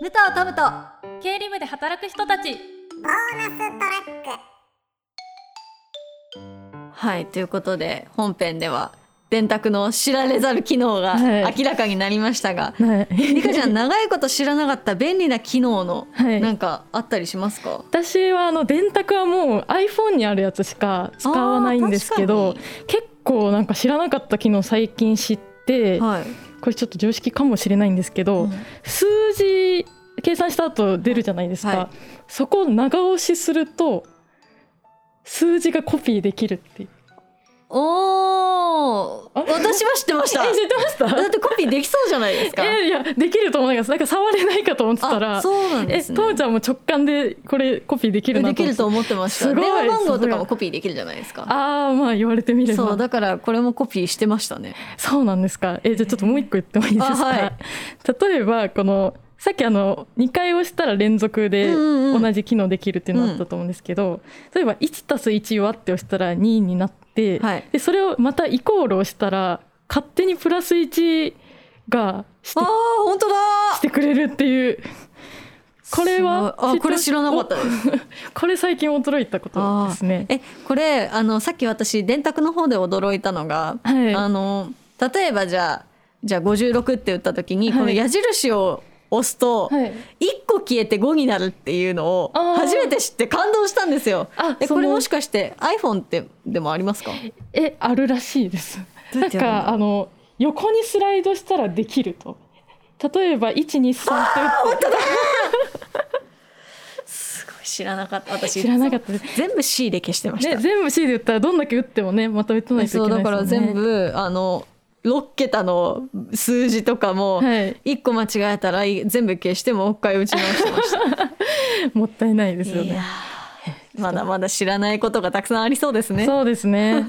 武藤トムと経理部で働く人たちボーナストラックはいということで本編では電卓の知られざる機能がはい明らかになりましたが、はいリカちゃん長いこと知らなかった便利な機能のはいなんかあったりしますか私はあの電卓はもう iPhone にあるやつしか使わないんですけあどー確結構なんか知らなかった機能最近知って、かにはい、これちょっと常識かもしれないんですけど、数字計算した後出るじゃないですか、はそこを長押しすると数字がコピーできるっていうおおあ私は知ってましたえ知ってましただってコピーできそうじゃないですかえいやできると思いますなんか触れないかと思ってたらあそうなんえですねともちゃんも直感でこれコピーできるなでとき思るってと思ってましたすごい電話番号とすかごもいコピーできるじゃないですかああまあ言われてみればそうだからこれもコピーしてましたねそうなんですか。えじゃあちょっともう一個言ってもいいですか。あはい例えばこのさっきあの2回押したら連続でうんうんうん同じ機能できるっていうのあったと思うんですけど、例えば1たす1はって押したら2になって、はいでそれをまたイコール押したら勝手にプラス1がしてああ本当だしてくれるっていうこれはすごいあこれ知らなかったですこれ最近驚いたことですね。えこれあのさっき私電卓の方で驚いたのが、はいあの例えばじゃあじゃあ56って打った時に、はいこの矢印を押すと、はい1個消えて5になるっていうのをあー初めて知って感動したんですよあ。えそこのれもしかして iPhone ってでもありますかえあるらしいですどうなやっんてやるのかあの横にスライドしたらできると例えば123って打ってすごい知らなかった私知らなかったで全部 C で消してましす、ね、た。全部 C で打ったらどんだけ打ってもねまた打たないとそいうけなだいですかもら全んね部あの6桁の数字とかもはい1個間違えたらい全部消してもう一回打ち直してました。もったいないですよいやねーまだまだ知らないことがたくさんありそうですね。 そうですね